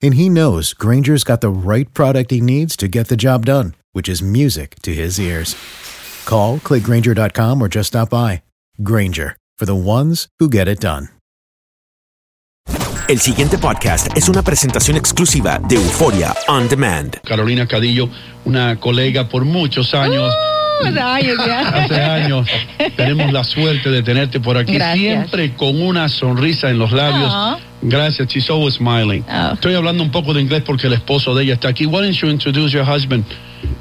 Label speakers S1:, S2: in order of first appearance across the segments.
S1: And he knows Granger's got the right product he needs to get the job done, which is music to his ears. Call, click Granger.com, or just stop by. Granger, for the ones who get it done.
S2: El siguiente podcast es una presentación exclusiva de Euforia On Demand.
S3: Carolina Cadillo, una colega por muchos años.
S4: ¡Uh!
S3: Hace años tenemos la suerte de tenerte por aquí,
S4: Gracias.
S3: siempre con una sonrisa en los labios.
S4: Aw.
S3: Gracias, she's always smiling.
S4: Oh.
S3: Estoy hablando un poco de inglés porque el esposo de ella está aquí. Why don't you introduce your husband?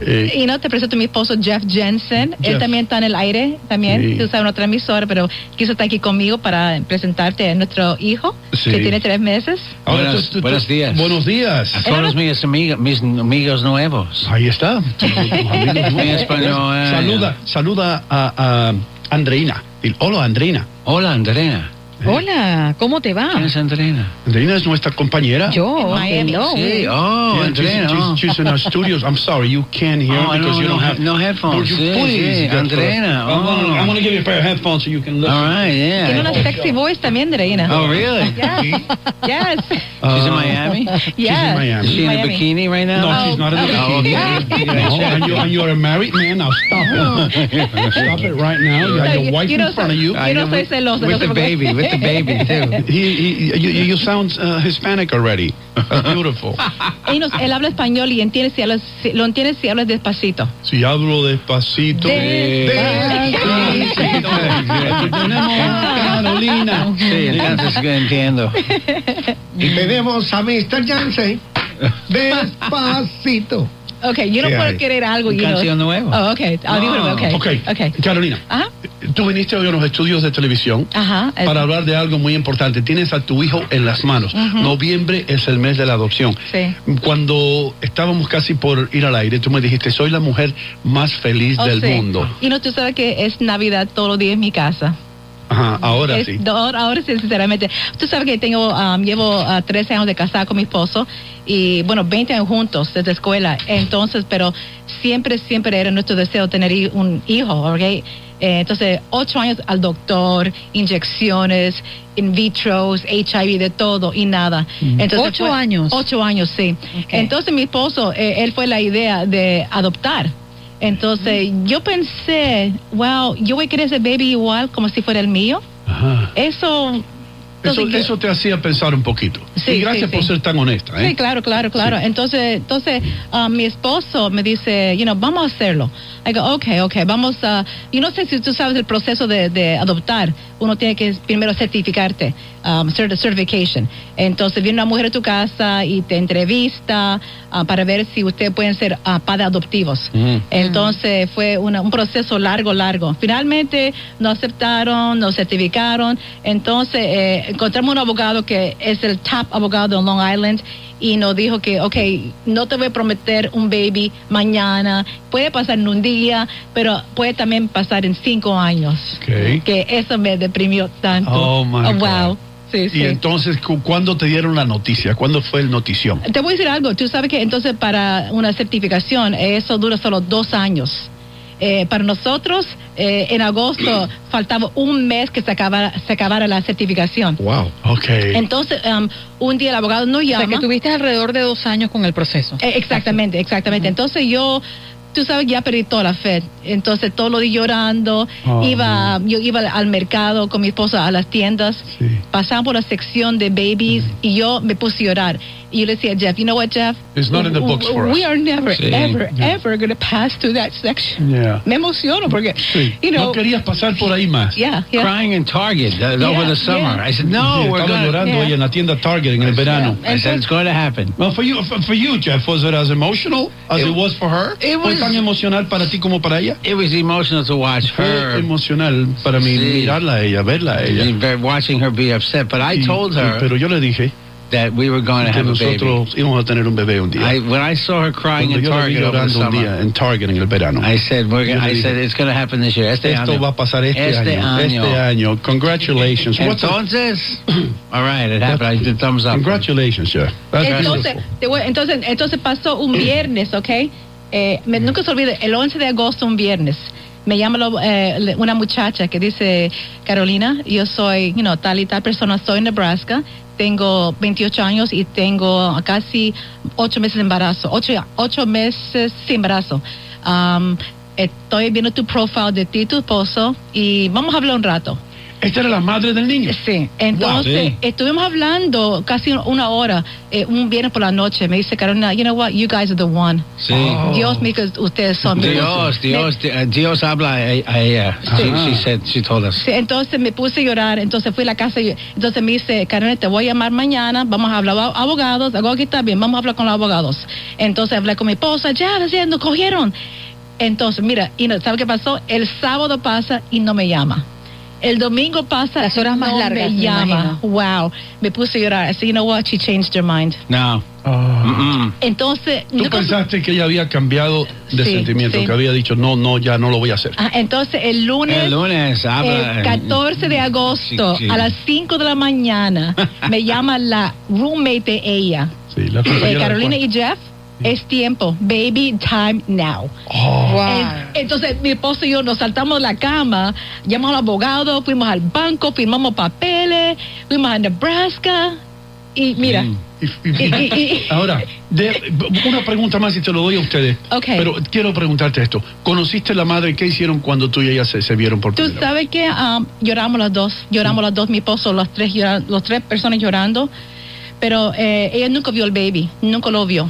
S3: Eh,
S4: Y no, te presento a mi esposo Jeff Jensen.
S3: Jeff.
S4: Él también está en el aire, también.
S3: Sí.
S4: Tú sabes, en otra emisora, pero quiso estar aquí conmigo para presentarte a nuestro hijo,
S3: Sí.
S4: que tiene tres meses.
S3: ahora
S5: Buenos- buenos días.
S3: Buenos días.
S5: A todos mis amigos, mis amigos nuevos.
S3: Ahí está.
S5: Muy español. eh.
S3: saluda, saluda a, a Andreina. Dile, Hola, Andreina.
S5: Hola, Andrea.
S6: Hola, ¿cómo te va?
S5: ¿Quién es Andrea?
S3: Andreina es nuestra compañera.
S5: Oh,
S6: Yo,
S4: Miami.
S6: hello.
S5: Sí, oh,
S3: Yeah,
S5: Andrea.
S3: she's-
S5: no.
S3: she's- she's in our studios. I'm sorry, you can't hear
S5: Oh,
S3: because you
S5: no, no
S3: don't
S5: he-
S3: have
S5: no headphones.
S3: Would you
S5: Sí,
S3: please,
S5: sí,
S3: get for
S5: Andrea,
S3: us? I'm
S5: oh.
S3: gonna- I'm going to give you a pair of headphones so you can listen.
S5: All right,
S4: Tiene
S5: yeah.
S4: una sexy voice también, Dreina.
S3: Ah.
S5: Oh, really?
S4: Yes.
S5: She's in
S3: Uh,
S5: Miami? Is
S4: Yes.
S3: Miami.
S5: she in a
S4: Miami.
S5: bikini right now?
S3: No, she's not in a
S5: Oh, okay.
S3: bikini. No, and, you're, and you're a married man. Now stop
S5: Oh.
S3: it. stop it right now. You have your wife
S4: you
S3: in
S4: know,
S3: front of you.
S4: Yo no soy celosa, no
S5: With
S4: sé
S5: the
S4: por qué.
S5: baby, with the baby, too.
S3: He, he, you, you sound uh, Hispanic already. Beautiful.
S4: Y nos- él habla español y entiende si hablas, si- lo entiende si hablas despacito.
S3: Si hablo despacito. Despacito. Aquí tenemos a Carolina.
S5: Sí, entonces que entiendo.
S7: Y tenemos a Mr. Jansen despacito.
S4: Ok, yo no
S7: ¿Qué
S4: puedo
S7: hay?
S4: querer algo. you know.
S5: Canción nueva.
S4: Oh, ok. I'll do
S5: No.
S4: it,
S3: Ok,
S4: Ok. Ok.
S3: Carolina,
S4: Ajá.
S3: tú viniste hoy a los estudios de televisión
S4: Ajá. Ah, es-
S3: para hablar de algo muy importante. Tienes a tu hijo en las manos. Noviembre es el mes de la adopción.
S4: Sí.
S3: Cuando estábamos casi por ir al aire, tú me dijiste, soy la mujer más feliz
S4: Oh,
S3: del
S4: sí.
S3: mundo.
S4: Y no, tú sabes que es Navidad todos los días en mi casa.
S3: Ajá, ahora
S4: Es-
S3: sí.
S4: do- ahora, ahora sí, sinceramente. Tú sabes que tengo, um, llevo ah, 13 años de casada con mi esposo y, bueno, 20 años juntos desde escuela. Entonces, pero siempre, siempre era nuestro deseo tener hi- un hijo, ¿ok? Eh, entonces, ocho años al doctor, inyecciones, in vitros, HIV, de todo y nada. Entonces,
S6: Ocho años.
S4: Ocho años, sí. Entonces, mi esposo, eh, él fue la idea de adoptar. Entonces, yo pensé, wow, yo voy a querer ese baby igual como si fuera el mío.
S3: Ajá.
S4: Eso.
S3: Eso,
S4: entonces,
S3: eso te hacía pensar un poquito.
S4: Sí,
S3: y gracias
S4: sí,
S3: por
S4: sí.
S3: ser tan honesta. ¿eh?
S4: Sí, claro, claro, claro.
S3: Sí.
S4: Entonces, entonces ah, mi esposo me dice, you know, vamos a hacerlo. I go, okay, okay, vamos a... Y no sé si tú sabes el proceso de, de adoptar. Uno tiene que primero certificarte, um, cert- certification. Entonces, viene una mujer a tu casa y te entrevista ah, para ver si ustedes pueden ser ah, padres adoptivos. Entonces fue una- un proceso largo, largo. Finalmente nos aceptaron, nos certificaron. Entonces eh, encontramos un abogado que es el top abogado en Long Island y nos dijo que, ok, no te voy a prometer un baby mañana, puede pasar en un día, pero puede también pasar en cinco años.
S3: Ok.
S4: Que eso me deprimió tanto.
S3: Oh, my
S4: wow.
S3: God.
S4: Sí,
S3: Y
S4: sí.
S3: entonces, cu- ¿cuándo te dieron la noticia? ¿Cuándo fue el notición?
S4: Te voy a decir algo, tú sabes que entonces para una certificación eh, eso dura solo dos años. Eh, para nosotros eh, en agosto faltaba un mes que se acabara, se acabara la certificación.
S3: Wow. Ok.
S4: Entonces um, un día el abogado no
S6: O
S4: llama.
S6: sea, que tuviste alrededor de dos años con el proceso.
S4: Eh, Exactamente, exactamente. Entonces yo, tú sabes, ya perdí toda la fe. Entonces todo lo di llorando.
S3: Oh,
S4: iba, yo iba al mercado con mi esposa a las tiendas.
S3: Sí.
S4: Pasaba por la sección de babies y yo me puse a llorar. Y yo le decía a Jeff, you know what, Jeff?
S3: It's not in the books for us."
S4: We are never,
S5: Sí.
S4: ever, ever going to pass through that section.
S3: Yeah.
S4: Me emociono porque,
S3: Sí.
S4: you know,
S3: no querías pasar por ahí más.
S4: yeah, yeah.
S5: Crying in Target uh, over the summer.
S4: yeah.
S5: I said,
S3: Sí,
S5: no, we're
S3: estaba
S5: going
S3: llorando
S4: yeah.
S3: ahí en la tienda Target en el verano.
S5: I said, it's going to happen.
S3: Well, for you, for, for you, Jeff, was it as emotional as it, was for her?
S5: it
S3: ¿Fue
S5: was-
S3: tan emocional para ti como para ella?
S5: It was emotional to watch her
S3: Fue emocional para mí
S5: Sí.
S3: mirarla a ella, verla a ella.
S5: watching her be upset, but I
S3: Y-
S5: told her.
S3: y- pero yo le dije,
S5: that we were going to
S3: que
S5: have a baby.
S3: nosotros íbamos a tener un bebé un día.
S5: I, when I saw her crying
S3: Cuando
S5: in
S3: yo la vi
S5: Target over the
S3: llorando un día
S5: summer,
S3: en Target en el verano.
S5: I said, we're
S3: Yo
S5: gonna,
S3: le
S5: I
S3: dije,
S5: said it's going to happen this year. Este
S3: Esto
S5: año.
S3: va a pasar este,
S5: Este
S3: año, Este
S5: año.
S3: año. Congratulations. What's the-
S5: Entonces, all right, it happened. I did thumbs up.
S3: Congratulations, sir. That's
S4: Entonces,
S3: beautiful.
S4: te voy- entonces, entonces pasó un viernes, ¿ok? Eh, me- nunca se olvide, el 11 de agosto, un viernes. Me llama lo- eh, le- una muchacha que dice, Carolina, yo soy, you know, tal y tal persona, soy en Nebraska, tengo 28 años y tengo casi 8 meses de embarazo, 8, meses sin embarazo. Am, estoy viendo tu profile de ti, tu esposo, y vamos a hablar un rato.
S3: Esta era la madre del niño.
S4: Sí, entonces
S5: Wow, sí.
S4: estuvimos hablando casi una hora, eh, un viernes por la noche. Me dice Carolina, you know what, you guys are the one.
S5: Sí.
S4: Dios mío, que ustedes son.
S5: Dios,
S4: Me-
S5: Dios, di- uh, Dios habla a, a ella. She, she said, she told us.
S4: Sí, entonces me puse a llorar, entonces fui a la casa y entonces me dice, Carolina, te voy a llamar mañana, vamos a hablar a abogados, algo que está bien, vamos a hablar con los abogados. Entonces hablé con mi esposa, ya, ya, nos cogieron. Entonces, mira, y no, ¿sabe qué pasó? El sábado pasa y no me llama. El domingo pasa,
S6: Las horas más
S4: no
S6: largas,
S4: me
S6: me
S4: llama.
S6: imagino.
S4: wow, me puse a llorar. I said, you know what? She changed her mind.
S5: No.
S3: Ah.
S5: Mm-mm.
S4: Entonces,
S3: Tú
S4: nunca-
S3: pensaste que ella había cambiado de
S4: Sí,
S3: sentimiento,
S4: sí.
S3: que había dicho, no, no, ya no lo voy a hacer.
S4: Ah, entonces el lunes,
S5: El lunes habla.
S4: el 14 de agosto
S5: Sí, sí.
S4: a las 5 de la mañana me llama la roommate de ella,
S3: Sí, la
S4: eh,
S3: compañera de
S4: Carolina
S3: cuarto.
S4: y Jeff. Es tiempo, baby, time now.
S3: Oh,
S6: Wow.
S4: En- entonces mi esposo y yo nos saltamos de la cama, llamamos al abogado, fuimos al banco, firmamos papeles, fuimos a Nebraska y mira,
S5: Mm.
S3: y- y-
S4: Y- y- y-
S3: Ahora, de- una pregunta más y te lo doy a ustedes.
S4: Ok.
S3: Pero quiero preguntarte esto. ¿Conociste la madre? ¿Qué hicieron cuando tú y ella se, se vieron por
S4: Tú
S3: primera vez?
S4: sabes que um, lloramos las dos, lloramos las dos, mi esposo, las tres, llora- los tres personas llorando, pero eh, ella nunca vio al baby, nunca lo vio,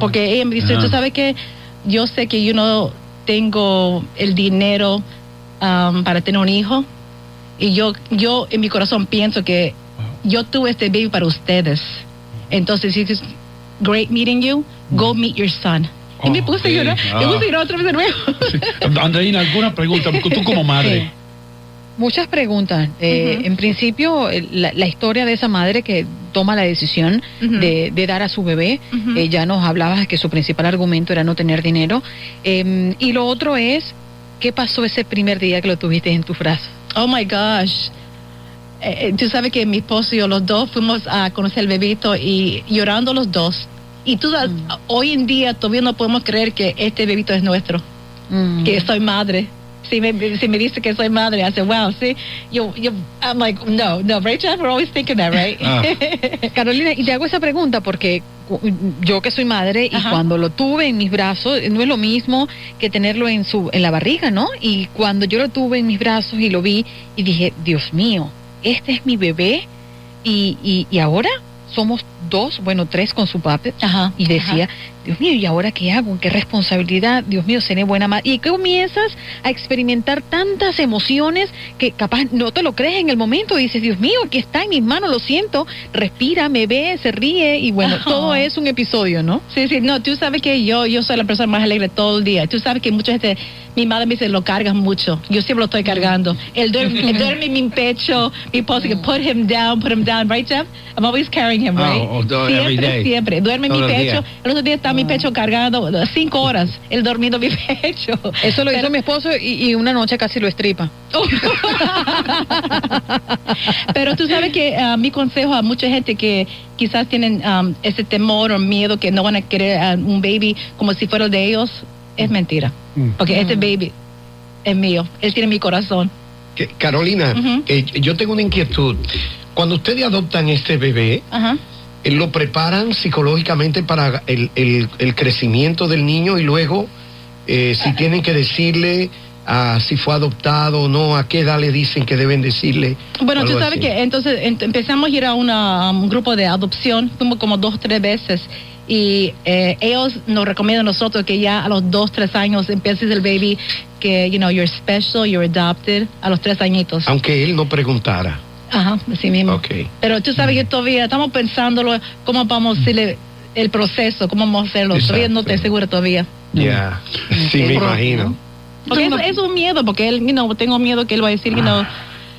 S4: porque ella me dice,
S5: Ajá.
S4: tú sabes que yo sé que yo no tengo el dinero um, para tener un hijo y yo, yo en mi corazón pienso que yo tuve este baby para ustedes, entonces it is great meeting you, go meet your son. y me
S3: Oh,
S4: puse a
S5: sí.
S4: llorar, me
S5: Ah.
S4: puse a llorar otra vez de nuevo.
S3: Andreina, ¿alguna pregunta? Tú como madre.
S6: Muchas preguntas. Eh,
S4: Ujú.
S6: En principio, el- la, la historia de esa madre que toma la decisión
S4: Ujú.
S6: de, de dar a su bebé,
S4: Ujú.
S6: eh, ya nos hablabas que su principal argumento era no tener dinero. Eh, y lo otro es, ¿qué pasó ese primer día que lo tuviste en tus brazos?
S4: Oh my gosh. Eh, eh, tú sabes que mi esposo y yo, los dos, fuimos a conocer el bebito y llorando los dos. Y tú, da-
S6: Mm.
S4: hoy en día todavía no podemos creer que este bebito es nuestro,
S6: Mm.
S4: que soy madre. Si me, si me dice que soy madre, I say, wow, see, you, you, I'm like, no, no, Rachel, we're always thinking that, right?
S5: Ah.
S6: Carolina, y te hago esa pregunta porque cu- yo que soy madre y
S4: Ajá.
S6: cuando lo tuve en mis brazos eh, no es lo mismo que tenerlo en su en la barriga, ¿no? Y cuando yo lo tuve en mis brazos y lo vi y dije, Dios mío, este es mi bebé y, y, y ahora somos dos, bueno tres con su papá
S4: Ajá.
S6: y decía, Dios mío, ¿y ahora qué hago? ¿Qué responsabilidad? Dios mío, seré buena madre. Y comienzas a experimentar tantas emociones que capaz no te lo crees en el momento. Dices, Dios mío, aquí está en mis manos, lo siento. Respira, me ve, se ríe y bueno,
S4: Ajá.
S6: todo es un episodio, ¿no?
S4: Sí, sí, no, tú sabes que yo, yo soy la persona más alegre todo el día. Tú sabes que mucha gente, mi madre me dice, lo cargas mucho. Yo siempre lo estoy cargando. Él duerme, él duerme en mi pecho, mi esposo que put him down, put him down, right, Jeff? I'm always carrying him,
S5: Oh,
S4: right?
S5: oh, do-
S4: siempre,
S5: every day.
S4: siempre. Duerme en mi
S5: Todo el
S4: pecho.
S5: día.
S4: El otro día está mi
S5: Ah.
S4: pecho cargado, cinco horas, él dormido en mi pecho.
S6: Eso lo
S4: Pero-
S6: hizo mi esposo y, y una noche casi lo estripa.
S4: Pero tú sabes que ah, mi consejo a mucha gente que quizás tienen um, ese temor o miedo que no van a querer a un baby como si fuera el de ellos, es mentira.
S7: Mm.
S4: Porque este baby es mío, él tiene mi corazón.
S7: Que- Carolina,
S4: Ujú.
S7: eh, yo tengo una inquietud. Cuando ustedes adoptan este bebé,
S4: Ajá.
S7: eh, ¿lo preparan psicológicamente para el, el- el crecimiento del niño y luego eh, si tienen que decirle a si fue adoptado o no, a qué edad le dicen que deben decirle?
S4: Bueno, tú
S7: Algo
S4: sabes
S7: así.
S4: que entonces ent- empezamos a ir a una, um, un grupo de adopción, fuimos como dos, tres veces. Y eh, ellos nos recomiendan a nosotros que ya a los dos, tres años empieces el baby, que, you know, you're special, you're adopted, a los tres añitos.
S7: Aunque él no preguntara.
S4: Ajá, así mismo.
S7: Ah. Ok.
S4: Pero tú sabes que todavía estamos pensándolo, cómo vamos a decirle el proceso, cómo vamos a hacerlo. Todavía no estoy
S7: Mm. Exacto.
S4: segura todavía.
S7: Ya. Sí, me
S3: Pero-
S7: imagino. Ah.
S4: Porque eso es un miedo, porque él, you know, tengo miedo que él va a decir, you know,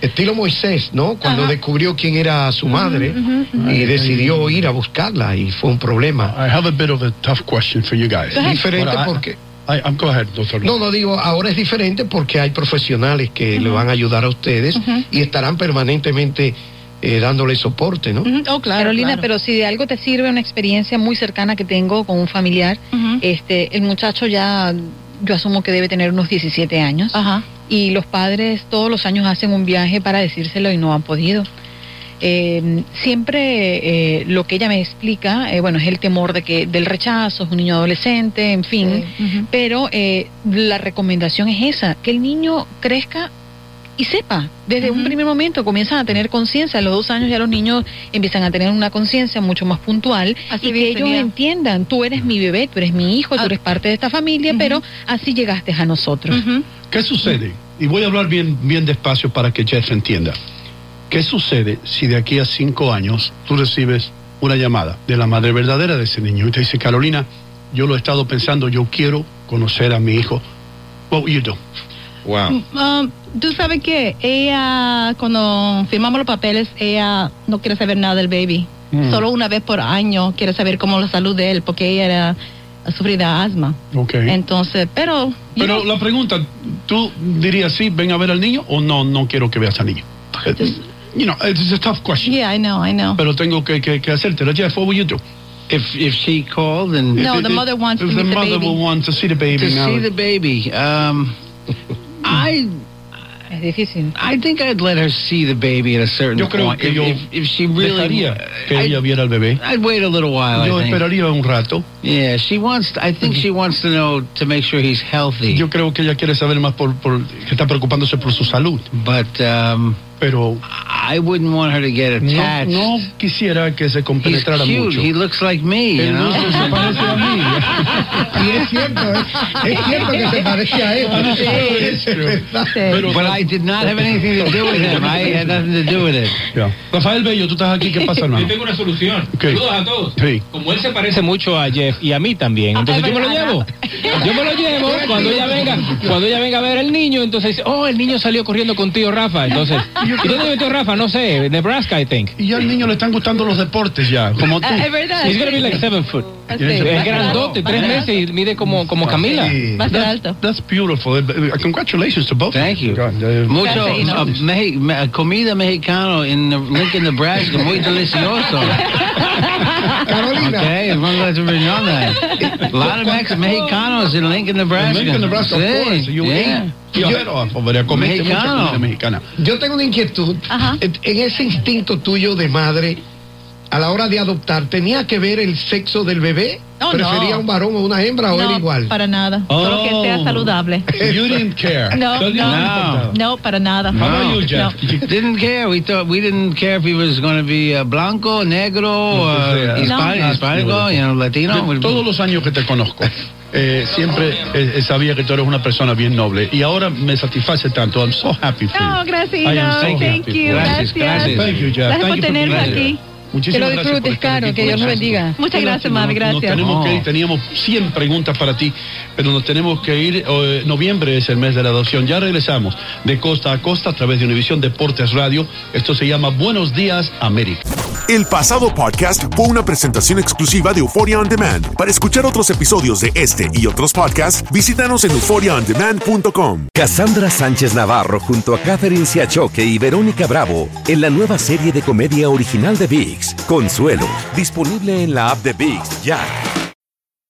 S7: Estilo Moisés, ¿no? Cuando
S4: Ajá. Mm,
S7: descubrió quién era su madre
S4: ujú,
S7: y decidió ir a buscarla y fue un problema.
S3: I have a bit of a tough question for you guys.
S7: Es diferente
S3: Ahora, I-
S7: porque...
S3: I- I'm- go ahead, doctor.
S7: No, no digo, ahora es diferente porque hay profesionales que le van a ayudar a ustedes
S4: Ujú.
S7: y estarán permanentemente eh, dándole soporte, ¿no?
S4: Ujú, Oh, claro,
S6: Carolina,
S4: claro.
S6: pero si de algo te sirve una experiencia muy cercana que tengo con un familiar,
S4: Ujú.
S6: este, el muchacho ya, yo asumo que debe tener unos 17 años,
S4: Ajá.
S6: y los padres todos los años hacen un viaje para decírselo y no han podido. Eh, siempre eh, lo que ella me explica, eh, bueno, es el temor de que del rechazo, es un niño adolescente, en fin.
S4: Ujú.
S6: Pero eh, la recomendación es esa, que el niño crezca y sepa. Desde un
S4: Ujú.
S6: primer momento comienzan a tener conciencia. A los dos años ya los niños empiezan a tener una conciencia mucho más puntual
S4: Así
S6: y que ellos
S4: sería.
S6: entiendan, tú eres mi bebé, tú eres mi hijo,
S4: Ah.
S6: tú eres parte de esta familia,
S4: Ujú.
S6: pero así llegaste a nosotros.
S4: Ujú.
S3: ¿Qué sucede? Y voy a hablar bien, bien despacio para que Jeff entienda. ¿Qué sucede si de aquí a cinco años tú recibes una llamada de la madre verdadera de ese niño y te dice, Carolina, yo lo he estado pensando, yo quiero conocer a mi hijo? What would you do?
S7: Wow.
S4: Um, Tú sabes que ella, cuando firmamos los papeles, ella no quiere saber nada del baby.
S3: Mm.
S4: Solo una vez por año quiere saber cómo la salud de él, porque ella era sufrida asma.
S3: Okay.
S4: Entonces, pero... you
S3: Pero
S4: know,
S3: la pregunta, ¿tú dirías sí, ven a ver al niño o no, no quiero que veas al niño? Eh, You know, it's a tough question.
S4: yeah, I know, I know.
S3: Pero tengo que, que, que hacértela. Jeff, what would you do?
S5: If if she called and
S4: No,
S3: If-
S4: the
S3: if-
S4: mother wants to
S3: if the
S4: meet the
S3: mother
S4: baby.
S3: will want to see the baby
S5: to
S3: now.
S5: see the baby, um, I
S6: Es difícil.
S5: I think I'd let her see the baby at a certain
S3: Yo creo
S5: point.
S3: que
S5: if,
S3: yo
S5: if, if she really,
S3: Dejaría que ella
S5: I'd,
S3: viera al bebé.
S5: I'd wait a little while.
S3: Yo
S5: I think.
S3: esperaría un rato.
S5: Yeah, she wants. I think she wants to know to make sure he's healthy.
S3: Yo creo que ella quiere saber más por, por que está preocupándose por su salud.
S5: but um,
S3: Pero
S5: I wouldn't want her to get
S3: no,
S5: attached.
S3: no quisiera que se
S5: He's
S3: compenetrara
S5: cute.
S3: mucho.
S5: He looks like me. You
S3: Él no
S5: know.
S3: se se parece a mí.
S7: Y es cierto,
S3: ¿eh?
S7: es, es cierto que se parece a él.
S3: Sí.
S4: Ah, eh,
S3: Pero-
S5: But I did not have anything to do with him. I had nothing to do with it.
S3: Ya. Rafael Bello, tú estás aquí, ¿qué pasa, hermano?
S8: Yo tengo una solución.
S3: Ok.
S8: Saludos a todos.
S3: Sí.
S8: Como él se parece mucho a Jeff y a mí
S3: Ah,
S8: también, entonces yo me lo llevo. Yo me lo llevo cuando ella venga, cuando ella venga a ver al niño, entonces dice, "Oh, el niño salió corriendo con tío Rafa." Entonces, ¿y dónde vive tío Rafa? No sé, Nebraska, I think.
S3: Y ya al niño le están gustando los deportes ya, como tú.
S4: Ah, es verdad.
S8: He's gonna be like seven foot.
S4: Ah, sí, va a
S8: Es
S4: ser alto,
S8: grandote,
S4: va a
S8: tres
S4: ser alto.
S8: meses y mide como, como Camila.
S4: Va a ser
S3: That's-
S4: alto.
S3: That's beautiful. Uh, Congratulations to both.
S5: Thank you.
S3: God, uh,
S5: Mucho
S4: Cafeína.
S5: uh, Meji- me- uh, comida mexicano in uh, Lincoln, Nebraska, muy delicioso.
S7: Carolina.
S5: Okay, I'm gonna let you know that. A lot of Mex- Mexicanos in Lincoln, Nebraska.
S3: Lincoln, Nebraska,
S5: Sí,
S3: of course. You
S5: yeah.
S3: ate your off over there. Comiste mucha
S5: Mexicano.
S3: comida mexicana.
S7: Yo tengo una inquietud.
S4: Ajá.
S7: En en ese instinto tuyo de madre, a la hora de adoptar, ¿tenía que ver el sexo del bebé?
S4: Oh,
S7: ¿Prefería
S4: no.
S7: un varón o una hembra o
S4: No,
S7: él igual?
S4: para nada. Solo que sea
S3: Oh.
S4: saludable.
S3: You didn't care. That
S4: No, no.
S3: didn't importaba.
S4: No, para nada.
S3: How about you, Jeff?
S5: Didn't care. We thought we didn't care if he was going to be uh, blanco, negro, uh,
S3: sea.
S5: Hispanic,
S3: No.
S5: Hispanico, you know, Latino.
S3: De
S5: would be-
S3: todos los años que te conozco, eh, siempre eh, sabía que tú eres una persona bien noble. Y ahora me satisface tanto. I'm so happy for
S4: No,
S3: you.
S4: gracias.
S3: I am
S4: no,
S3: so
S4: então, thank
S3: happy.
S4: you.
S5: Gracias,
S4: Gracias.
S5: gracias.
S3: Thank you, Jeff. Thank
S4: Gracias por
S3: you for
S4: tenernos
S3: being here.
S4: aquí.
S6: Que
S3: Muchísimas
S6: lo
S3: gracias por
S6: disfrutes,
S3: estar
S6: Caro,
S3: aquí
S6: que
S3: con
S6: Dios nos
S3: nosotros.
S6: bendiga.
S4: Muchas gracias, mami.
S3: nos- Nos
S4: Gracias.
S3: tenemos que ir,
S5: No.
S3: teníamos 100 preguntas para ti, pero nos tenemos que ir. eh, noviembre es el mes de la adopción. Ya regresamos de costa a costa a través de Univisión Deportes Radio. Esto se llama Buenos Días América.
S9: El pasado podcast fue una presentación exclusiva de Euphoria on Demand. Para escuchar otros episodios de este y otros podcasts, visítanos en euphoriaondemand.com.
S2: Cassandra Sánchez Navarro junto a Catherine Siachoque y Verónica Bravo en la nueva serie de comedia original de VIX, Consuelo, disponible en la app de VIX ya.